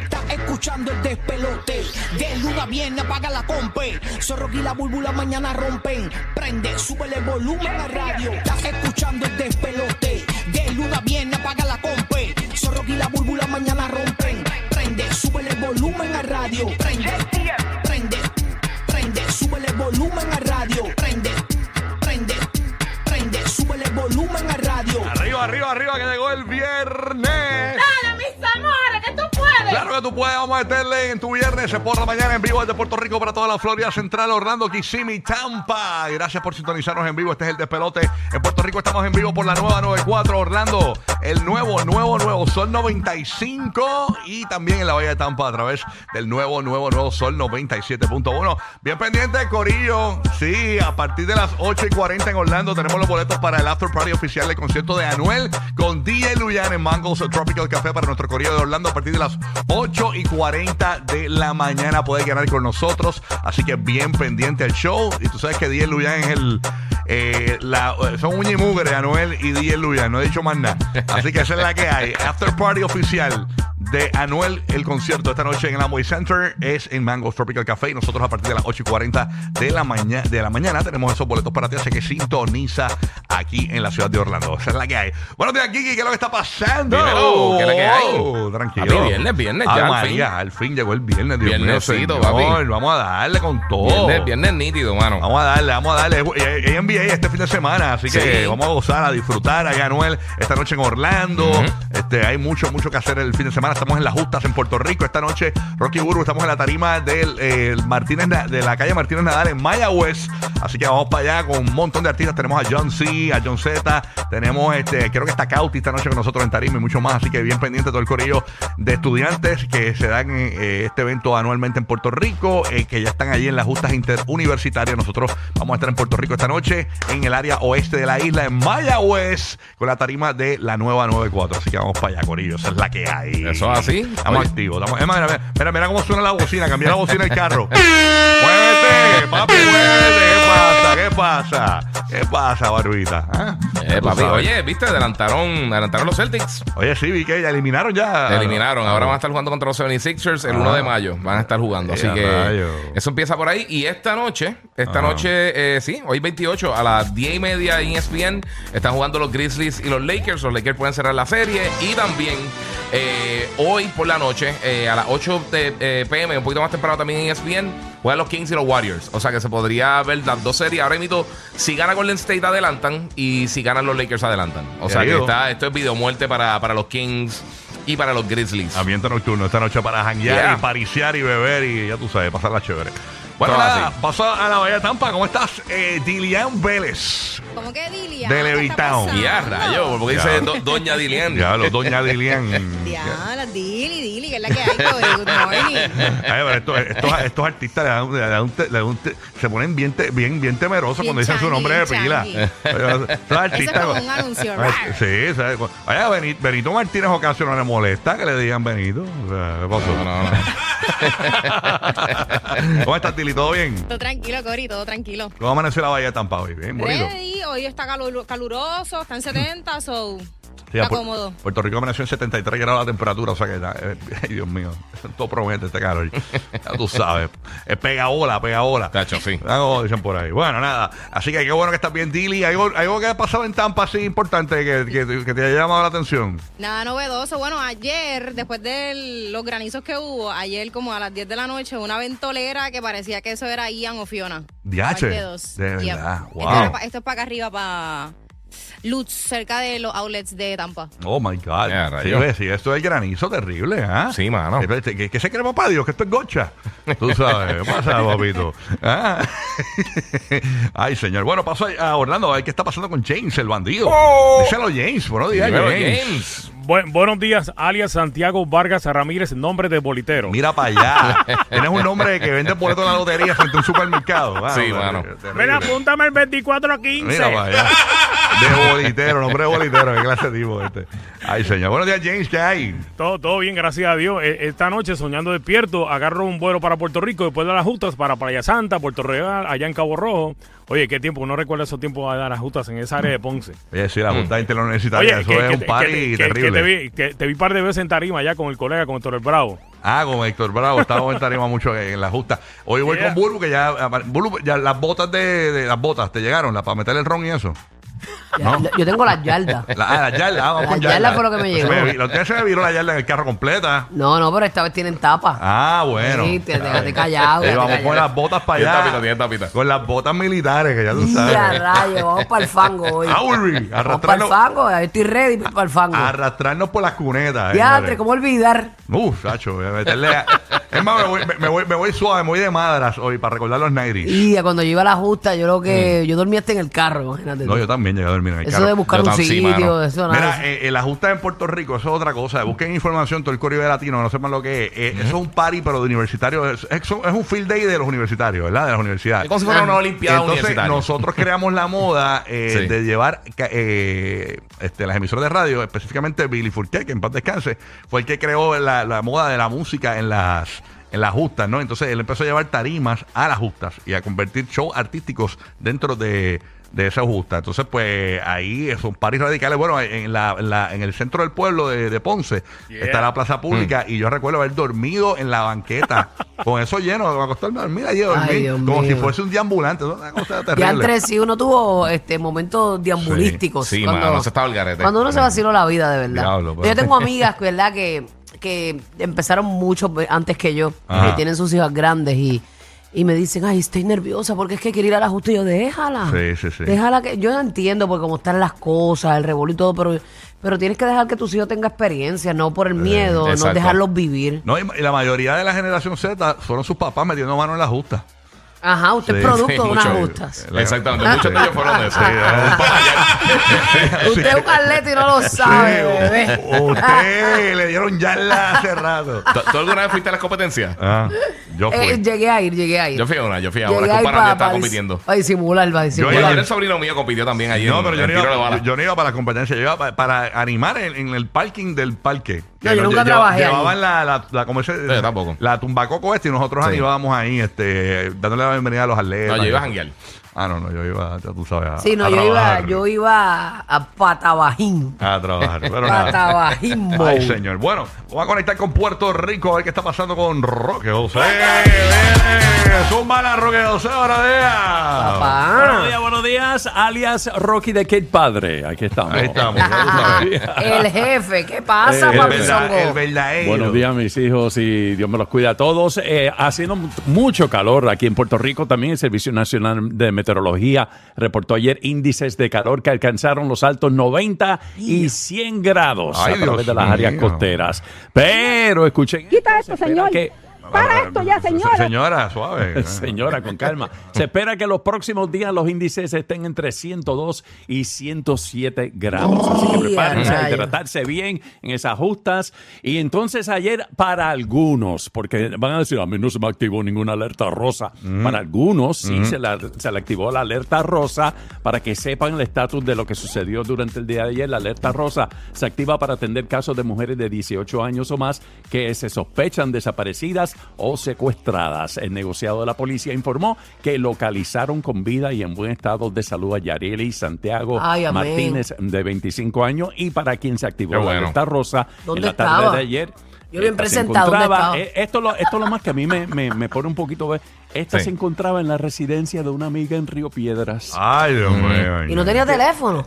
Estás escuchando el despelote. De luna viene, apaga la compe. Zorro y la búlbula mañana rompen. Prende, sube el volumen a radio. Estás escuchando el despelote. De luna viene, apaga la compe. Zorro y la búlbula mañana rompen. Prende, sube el volumen a radio. Prende, prende, prende, sube el volumen a radio. Prende, prende, prende, sube el volumen a radio. Arriba, arriba, arriba, que llegó el viernes. ¡Dale, mis amores, que tú puedes! Claro que tú puedes, vamos a meterle en tu viernes eh, por la mañana en vivo desde Puerto Rico para toda la Florida Central, Orlando, Kissimmee, Tampa. Gracias por sintonizarnos en vivo, este es el despelote. En Puerto Rico estamos en vivo por la nueva 94, Orlando, el nuevo, nuevo, nuevo Sol 95 y también en la Bahía de Tampa a través del nuevo, nuevo, nuevo Sol 97.1. Bien pendiente, Corillo. Sí, a partir de las 8 y 40 en Orlando tenemos los boletos para el after party oficial del concierto de Anuel con DJ Luyan en Mangos Tropical Café para nuestro Corillo de Orlando a partir de las 8 y 40 de la mañana. Puedes ganar con nosotros, así que bien pendiente al show. Y tú sabes que DJ Luyan es el. eh, la- son uña y mugre, Anuel y DJ Luyan, no he dicho más nada. Así que esa es la que hay. After party oficial de Anuel, el concierto esta noche en el Amway Center es en Mango Tropical Café y nosotros a partir de las 8 y 40 de la, mañana de la mañana tenemos esos boletos para ti, así que sintoniza aquí en la ciudad de Orlando. Esa es la que hay. Buenos días, Kiki, ¿qué es lo que está pasando? Dímelo, ¿qué es la que hay? Oh, Tranquilo. Papi, viernes, viernes, Ave ya, al María, fin. al fin llegó el viernes, Dios mío, Viernesito, señor. papi. Vamos a darle con todo. Viernes, viernes nítido, mano. Oh. Vamos a darle, vamos a darle. Eh, Hay hay NBA este fin de semana, así que Sí. vamos a gozar, a disfrutar. Hay Anuel esta noche en Orlando. este, hay mucho, mucho que hacer el fin de semana. Estamos en las justas en Puerto Rico. Esta noche, Rocky Burbu, estamos en la tarima del, eh, el Martínez, Na- de la calle Martínez Nadal en Mayagüez. Así que vamos para allá con un montón de artistas. Tenemos a John C, a John Z, tenemos este, creo que está Cauti esta noche con nosotros en Tarima y mucho más. Así que bien pendiente todo el corillo de estudiantes que se dan eh, este evento anualmente en Puerto Rico, eh, que ya están allí en las justas interuniversitarias. Nosotros vamos a estar en Puerto Rico esta noche, en el área oeste de la isla, en Mayagüez, con la tarima de la nueva 94. Así que vamos para allá, corillo. Esa es la que hay. Eso es así. Estamos Oye. activos. Estamos... Es más, mira, mira, mira cómo suena la bocina. Cambié la bocina del carro. ¡Muévete, papi, muévete! ¿Qué pasa? ¿Qué pasa? ¿Qué pasa, barbita? ¿Ah? Ya Eh, tú papi, sabes. oye, viste, adelantaron, adelantaron los Celtics. Oye, sí, vi que ya eliminaron ya. Te eliminaron. Ahora van a estar jugando contra los 76ers el 1 de mayo. Van a estar jugando. Así Ah. Ya, que rayo. eso empieza por ahí. Y esta noche, esta Ah. noche, eh, sí, hoy 28, a las 10 y media en E ESPN, están jugando los Grizzlies y los Lakers. Los Lakers pueden cerrar la serie. Y también eh, hoy por la noche, eh, a las 8 de, eh, pm, un poquito más temprano también en E ESPN, juegan los Kings y los Warriors. O sea que se podría ver las dos series. Ahora mismo, si gana Golden State, adelantan. Y si ganan los Lakers, adelantan. O sea Ya que digo. está, Ah, esto es video muerte para, para los Kings y para los Grizzlies. Ambiente nocturno esta noche para janguear Yeah. y pariciar y beber y ya tú sabes, pasarla chévere. Bueno, Todo nada, así. paso a la Bahía de Tampa. ¿Cómo estás? Eh, Dilian Vélez. ¿Cómo que Dilian? De ¿Qué está Levitown. pasando? Y a rayo, porque dice Diablo. do- Doña Dilian. Diablo, doña Dilian. Diabla, Dili, Dili, que es la que hay, pues, good morning. Ay, pero esto- estos, estos artistas le dan- le dan un te- le dan un te- se ponen bien, te- bien, bien temerosos Bien cuando dicen su changui, nombre de bien pila. changui. Estos artistas- como un anuncio, Ay, rar. Sí, ¿sabes? Oye, a Beni- Benito Martínez Ocasio no le molesta que le digan Benito. O sea, ¿qué pasó? No, no, no. ¿Cómo estás, Tili? ¿Todo bien? Todo tranquilo, Cori, todo tranquilo. ¿Cómo amaneció la Bahía de Tampa hoy? Bien, bonito. Ready, hoy está calor- caluroso, está en 70, so Sí, está a Pu- cómodo. Puerto Rico amaneció en 73 grados la temperatura, o sea que está, eh, ay, Dios mío, todo promete este calor. Ya tú sabes, es pegaola, pegaola. Tacho, sí. Ah, como dicen por ahí. Bueno, nada, así que qué bueno que estás bien, Dili. ¿Hay algo, algo que ha pasado en Tampa así importante que, que- que te haya llamado la atención? Nada novedoso. Bueno, ayer, después de el- los granizos que hubo, ayer como a las 10 de la noche, una ventolera que parecía que eso era Ian o Fiona. Diache, Parte dos. de Yep. verdad, Esto wow. era pa- Esto es para acá arriba, para Lutz, cerca de los outlets de Tampa. Oh my God. Ya, sí, rayos. ves, sí, esto es granizo terrible, ¿ah? Sí, mano. Eh, espérate, ¿Qué, qué se cree, papá Dios? Que esto es gocha. Tú sabes, ¿qué pasa, papito? Ah. Ay, señor. Bueno, paso a- a Orlando, a ver qué está pasando con James, el bandido. Díselo, James. Buenos días, Oh. Dímelo, James. James. buen- buenos días, alias Santiago Vargas Ramírez, nombre de bolitero. Mira para allá. Tienes un nombre que vende boleto en la lotería frente a un supermercado. Ah, Sí, hombre, mano. terrible. Mira, apúntame el 2415. Mira eh. para allá. De bolitero, nombre de bolitero. Qué clase de tipo este. Ay, señor. Buenos días, James. ¿Qué hay? Todo, todo bien, gracias a Dios. Eh, Esta noche, soñando despierto, agarro un vuelo para Puerto Rico, después de las justas para Playa Santa, Puerto Real, allá en Cabo Rojo. Oye, qué tiempo, no recuerdo esos tiempos de las justas en esa área de Ponce. Oye, Eh, sí, la Mm. junta gente lo necesita. Oye, Eso es un party que- que- que terrible. te vi, que te vi par de veces en tarima allá con el colega, con Torres Bravo. Ah, con Héctor Bravo, estábamos en tarima mucho en la justa. Hoy voy Yeah. con Burbu, que ya, apar- Burbu, ya las botas de, de- las botas te llegaron, la, para meterle el ron y eso. Ya, Yo tengo las yardas. La, ah, la yarda, ah, vamos La con yarda fue lo que me Se llegó. vi- la otra vez se me viró la yarda en el carro completa. No, no, pero esta vez tienen tapa. Ah, bueno. Sí, te- te- te callado, Eh, te vamos callado. con las botas Tiene para tapita, allá. tiene tapita. Con las botas militares, que ya tú Y a sabes. Ah, rayos, vamos para el fango hoy. Auri, Vamos para el arrastrarnos, fango, ahí estoy ready para el fango. arrastrarnos por las cunetas. eh, Diantre, madre. ¿cómo olvidar? Uf, Sacho, voy a meterle a- Es más, me voy, me- me voy- me voy suave, me voy de madras hoy para recordar los 90 Y cuando yo iba a la justa, yo lo que. Yo dormía hasta en el carro, imagínate. tú. Mm. No, yo también llegué a dormir en el eso carro. de buscar Yo un tan- sí, sitio, mano. eso nada. Mira, eh, el ajuste en Puerto Rico, eso es otra cosa. Busquen información, todo el corrido de latino, no sepan lo que es. Eh, Eso es un party, pero de universitarios. Es, es- es un field day de los universitarios, ¿verdad? De las universidades. Ah. Es como si fuera una olimpiada Entonces, universitaria. nosotros creamos la moda eh, Sí. de llevar ca- eh, este, las emisoras de radio, específicamente Billy Fourquet, que en paz descanse, fue el que creó la, la moda de la música en las en las justas, ¿no? Entonces él empezó a llevar tarimas a las justas y a convertir shows artísticos dentro de, de esas justas. Entonces, pues ahí son paris radicales. Bueno, en, la, en, la- en el centro del pueblo de, de Ponce está la plaza pública y yo recuerdo haber dormido en la banqueta con eso lleno, me acostarme a dormir allí, dormí, Ay, Dios como si mío. fuese un día ambulante, ¿no? una cosa terrible. Diantre, sí, uno tuvo este, momentos deambulísticos. Sí, sí, mano, eso estaba el garete. Cuando uno se vaciló la vida, de verdad. Diablo, pero- yo tengo amigas, ¿verdad? Que, que empezaron mucho antes que yo, Ajá. que tienen sus hijas grandes y, y me dicen, ay, estoy nerviosa porque es que quiero ir a la justa. Y yo, déjala. Sí, sí, sí. Déjala que. Yo no entiendo por cómo están las cosas, el revuelo y todo, pero, pero tienes que dejar que tus hijos tengan experiencia, no por el Eh, miedo, no exacto. dejarlos vivir. No, y y la mayoría de la generación Z fueron sus papás metiendo mano en la justa. Ajá, usted es Sí, producto sí, de unas mucho. justas. La- Exactamente, muchos de ellos fueron de eso. Ah. Usted es un atleta y no lo sabe, bebé. Sí, u- Usted le dieron yarda hace rato. ¿Tú- ¿Tú alguna vez fuiste a las competencias? Ah, yo fui. Eh, llegué a ir, llegué a ir. Yo fui a una, yo fui a Llegué una. ahí Compa Ramírez para, estaba compitiendo. Para disimular, para Yo disimular. Y iba- ayer el sobrino mío compitió también allí no, en- pero yo en no, tiro de bala. iba, yo no iba para la competencia, yo iba pa- para, animar en, en el parking del parque. No, Que yo nos nunca lle- trabajé ahí. Llevaban la, la, la, como ese- yo tampoco. la tumbacoco este y nosotros Sí. animábamos ahí, este, dándole la bienvenida a los atletas. No, yo iba a janguear. Ah, no, no, yo iba, ya tú sabes, a, Sí, no, a yo iba, trabajar. yo iba a patabajín. A trabajar. Pero nada. Patabajismo. Ay, señor. Bueno, vamos a conectar con Puerto Rico a ver qué está pasando con Roque José. Zumba la Roque José, ahora vea. Buenos días, Papá. buenos días, alias Rocky de Kid Padre. Aquí estamos. Ahí estamos. ya tú sabes. El jefe, ¿qué pasa, Eh, El, Papá papi verdad- el Songo? verdadero. Buenos días, mis hijos, y Dios me los cuida a todos. Eh, haciendo mu- mucho calor aquí en Puerto Rico. También el Servicio Nacional de Meteorología reportó ayer índices de calor que alcanzaron los altos 90 y 100 grados Ay, a través Dios de las áreas mío. costeras. Pero escuchen. Quita se esto, espera señor. que- Para esto ya, Se- señora. Señora, suave. Señora, con calma. Se espera que los próximos días los índices estén entre 102 y 107 grados. Así que ¡Ay, prepárense a rayo! hidratarse bien en esas justas. Y entonces ayer para algunos, porque van a decir, a mí no se me activó ninguna alerta rosa. Para algunos sí se, la- se le activó la alerta rosa para que sepan el estatus de lo que sucedió durante el día de ayer. La alerta rosa se activa para atender casos de mujeres de 18 años o más que se sospechan desaparecidas o secuestradas. El negociado de la policía informó que localizaron con vida y en buen estado de salud a Yareli Santiago Ay, amén. Martínez, de 25 años, y para quien se activó Qué la bueno. alerta rosa ¿Dónde en la tarde estaba? de ayer. Yo bien Esta se presentado, ¿dónde estaba? encontraba- eh, Esto es lo, esto es lo más que a mí me, me- me pone un poquito de... Esta Sí. se encontraba en la residencia de una amiga en Río Piedras. Ah. Ay, Dios Mm. mío. Y no tenía teléfono.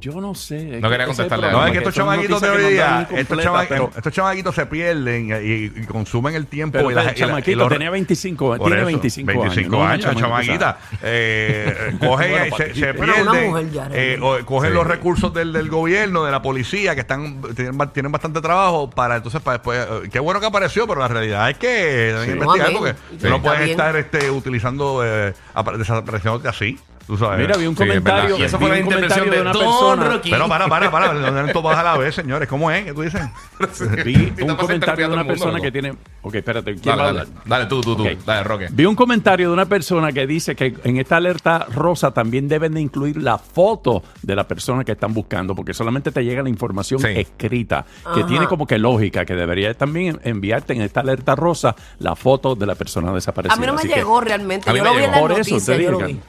Yo no sé. No quería ese el contestarle. problema, No, es que Porque estos son chamaquitos de noticias hoy que no día, andan estos, incompletas, chama- pero- estos chamaquitos se pierden y, y- y consumen el tiempo. Pero y las- el y la- y chamaquito los- tenía 25, Por tiene eso, 25 años, 25 ¿no? Una años, la chamaquita. chamaquita. Eh, cogen, Bueno, eh, para se, ti. se Bueno, una pierden, mujer ya, eh, realmente. o- cogen Sí. los recursos del, del gobierno, de la policía, que están tienen, ba- tienen bastante trabajo para entonces para después. eh, qué bueno que apareció, pero la realidad es que deben No, investigar amén. porque Sí. no Está pueden bien. estar este, utilizando, eh, apar- desapariciones así. Tú sabes. Mira, vi un Sí, es verdad. comentario. Y eso fue vi la un intervención comentario de una Don persona. Rocky. Pero para, para, para. No eran todas a la vez, señores. ¿Cómo es? ¿Qué tú dices? Vi Te un pasa comentario de interpretando una el mundo, persona loco. que tiene. Ok, espérate. ¿quién Dale, va a dale, hablar? dale, tú, tú, tú. Ok. Dale, Roque. Vi un comentario de una persona que dice que en esta alerta rosa también deben de incluir la foto de la persona que están buscando, porque solamente te llega la información Sí. escrita, que tiene como que lógica, que debería también enviarte en esta alerta rosa la foto de la persona desaparecida. A mí no me Así que- llegó realmente. A mí Yo me lo vi en llegó. las Por eso te noticias. digo Yo lo que- vi.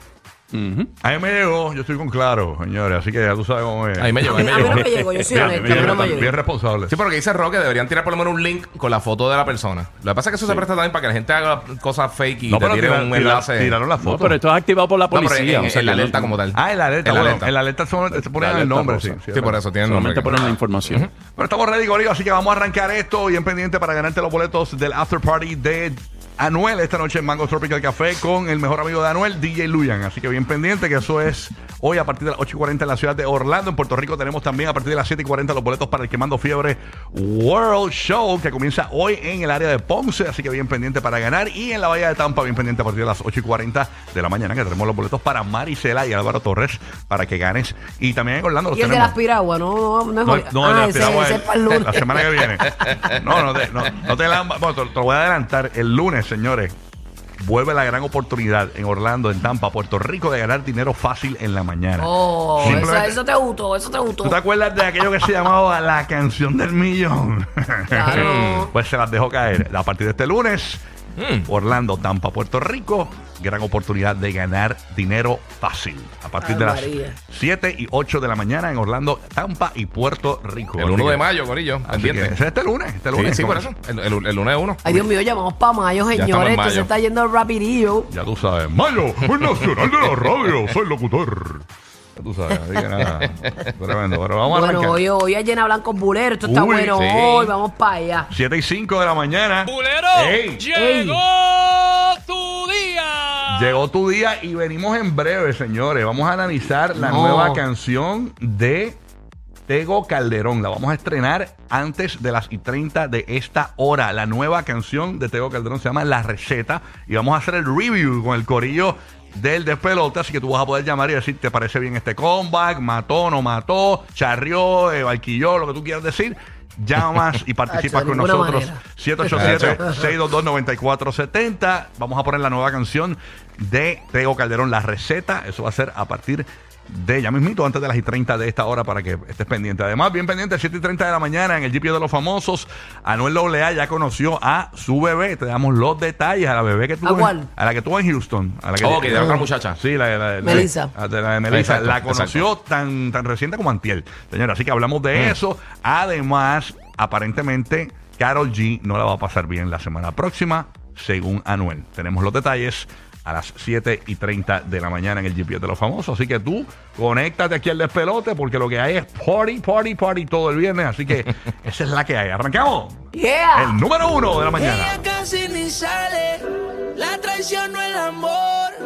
A mí me llegó. Yo estoy con claro, señores. Así que ya tú sabes cómo es. Ahí me llegó, A ahí mí me a mí llegó. no me llegó, yo soy Bien, honesta, a mí no me bien, bien llegó. responsable. Sí, porque dice Roque, deberían tirar por lo menos un link con la foto de la persona. Lo que pasa es que eso se presta también para que la gente haga cosas fake y No, te pero tire tira- un tira- enlace. tiraron la foto. No, pero esto es activado por la No, pero policía. en, o sea, en la que no- alerta como tal. Ah, el alerta. El bueno, alerta. el alerta son, se ponen La el alerta nombre, sí. rosa. Sí, por eso tienen nombre. Solamente ponen la información. Pero estamos ready, Corillo, así que vamos a arrancar esto y en pendiente para ganarte los boletos del after party de Anuel esta noche en Mango Tropical Café con el mejor amigo de Anuel, DJ Luyan. Así que bien pendiente, que eso es hoy a partir de las 8.40 en la ciudad de Orlando. En Puerto Rico tenemos también a partir de las 7.40 los boletos para el Quemando Fiebre World Show, que comienza hoy en el área de Ponce. Así que bien pendiente para ganar. Y en la Bahía de Tampa, bien pendiente a partir de las 8.40 de la mañana, que tenemos los boletos para Marisela y Álvaro Torres para que ganes. Y también en Orlando los Y el de tenemos. las piraguas, no, no, no es No, hoy. no, ah, la ese, tiramos ese el- es para el La lunes. semana que viene. No, no te, no, no te la bueno, te, te lo voy a adelantar. El lunes, señores, vuelve la gran oportunidad en Orlando, en Tampa, Puerto Rico, de ganar dinero fácil en la mañana. Oh, eso, Simplemente- eso te gustó, eso te ¿Tú gustó. te acuerdas de aquello que se llamaba la canción del millón? Claro. pues se las dejo caer. A partir de este lunes, Mm. Orlando, Tampa, Puerto Rico, gran oportunidad de ganar dinero fácil. A partir de las Ave María. 7 y 8 de la mañana en Orlando, Tampa y Puerto Rico. El 1 Así de que- mayo, Corillo. Así que Pendiente. ese es este lunes, este Sí, lunes. sí, ¿no? por eso. El, el, el lunes 1. Ay, Dios mío, ya vamos para mayo, estamos en señores. Esto mayo. se está yendo rapidillo. Ya tú sabes. Mayo, el nacional de la radio, soy locutor. Ya tú sabes, así que nada. Tremendo, pero vamos a Bueno, arrancar. hoy, hoy hay llena blancos buleros. Esto está Uy, bueno. sí. Hoy vamos para allá. 7 y 5 de la mañana. ¡Bulero! Ey, ¡Llegó tu día! Llegó tu día y venimos en breve, señores. Vamos a analizar la No. nueva canción de Tego Calderón. La vamos a estrenar antes de las y 30 de esta hora. La nueva canción de Tego Calderón se llama La Receta y vamos a hacer el review con el corillo del despelote. Así que tú vas a poder llamar y decir, ¿te parece bien este comeback? ¿Mató, no mató? ¿Charrió, eh, barquilló? Lo que tú quieras decir. Llamas y participas de con ninguna nosotros. manera. 787-622-9470. Vamos a poner la nueva canción de Tego Calderón, La Receta. Eso va a ser a partir de ya mismito, antes de las y 30 de esta hora, para que estés pendiente. Además, bien pendiente, 7 y 30 de la mañana en el GP de los famosos. Anuel AA ya conoció a su bebé. Te damos los detalles a la bebé que tú ¿A cuál? a la que tuvo en Houston. A la que Oh, que de la otra muchacha. Sí, la, la- la- Melissa. la- la de Melissa. Exacto, la conoció tan, tan reciente como Antiel, señora. Así que hablamos de Mm. eso. Además, aparentemente, Carol G no la va a pasar bien la semana próxima, según Anuel. Tenemos los detalles a las 7 y 30 de la mañana en el GPS de los famosos. Así que tú, conéctate aquí al despelote, porque lo que hay es party, party, party todo el viernes. Así que esa es la que hay. Arrancamos. Yeah. El número uno de la mañana. casi ni sale, la traición no el amor.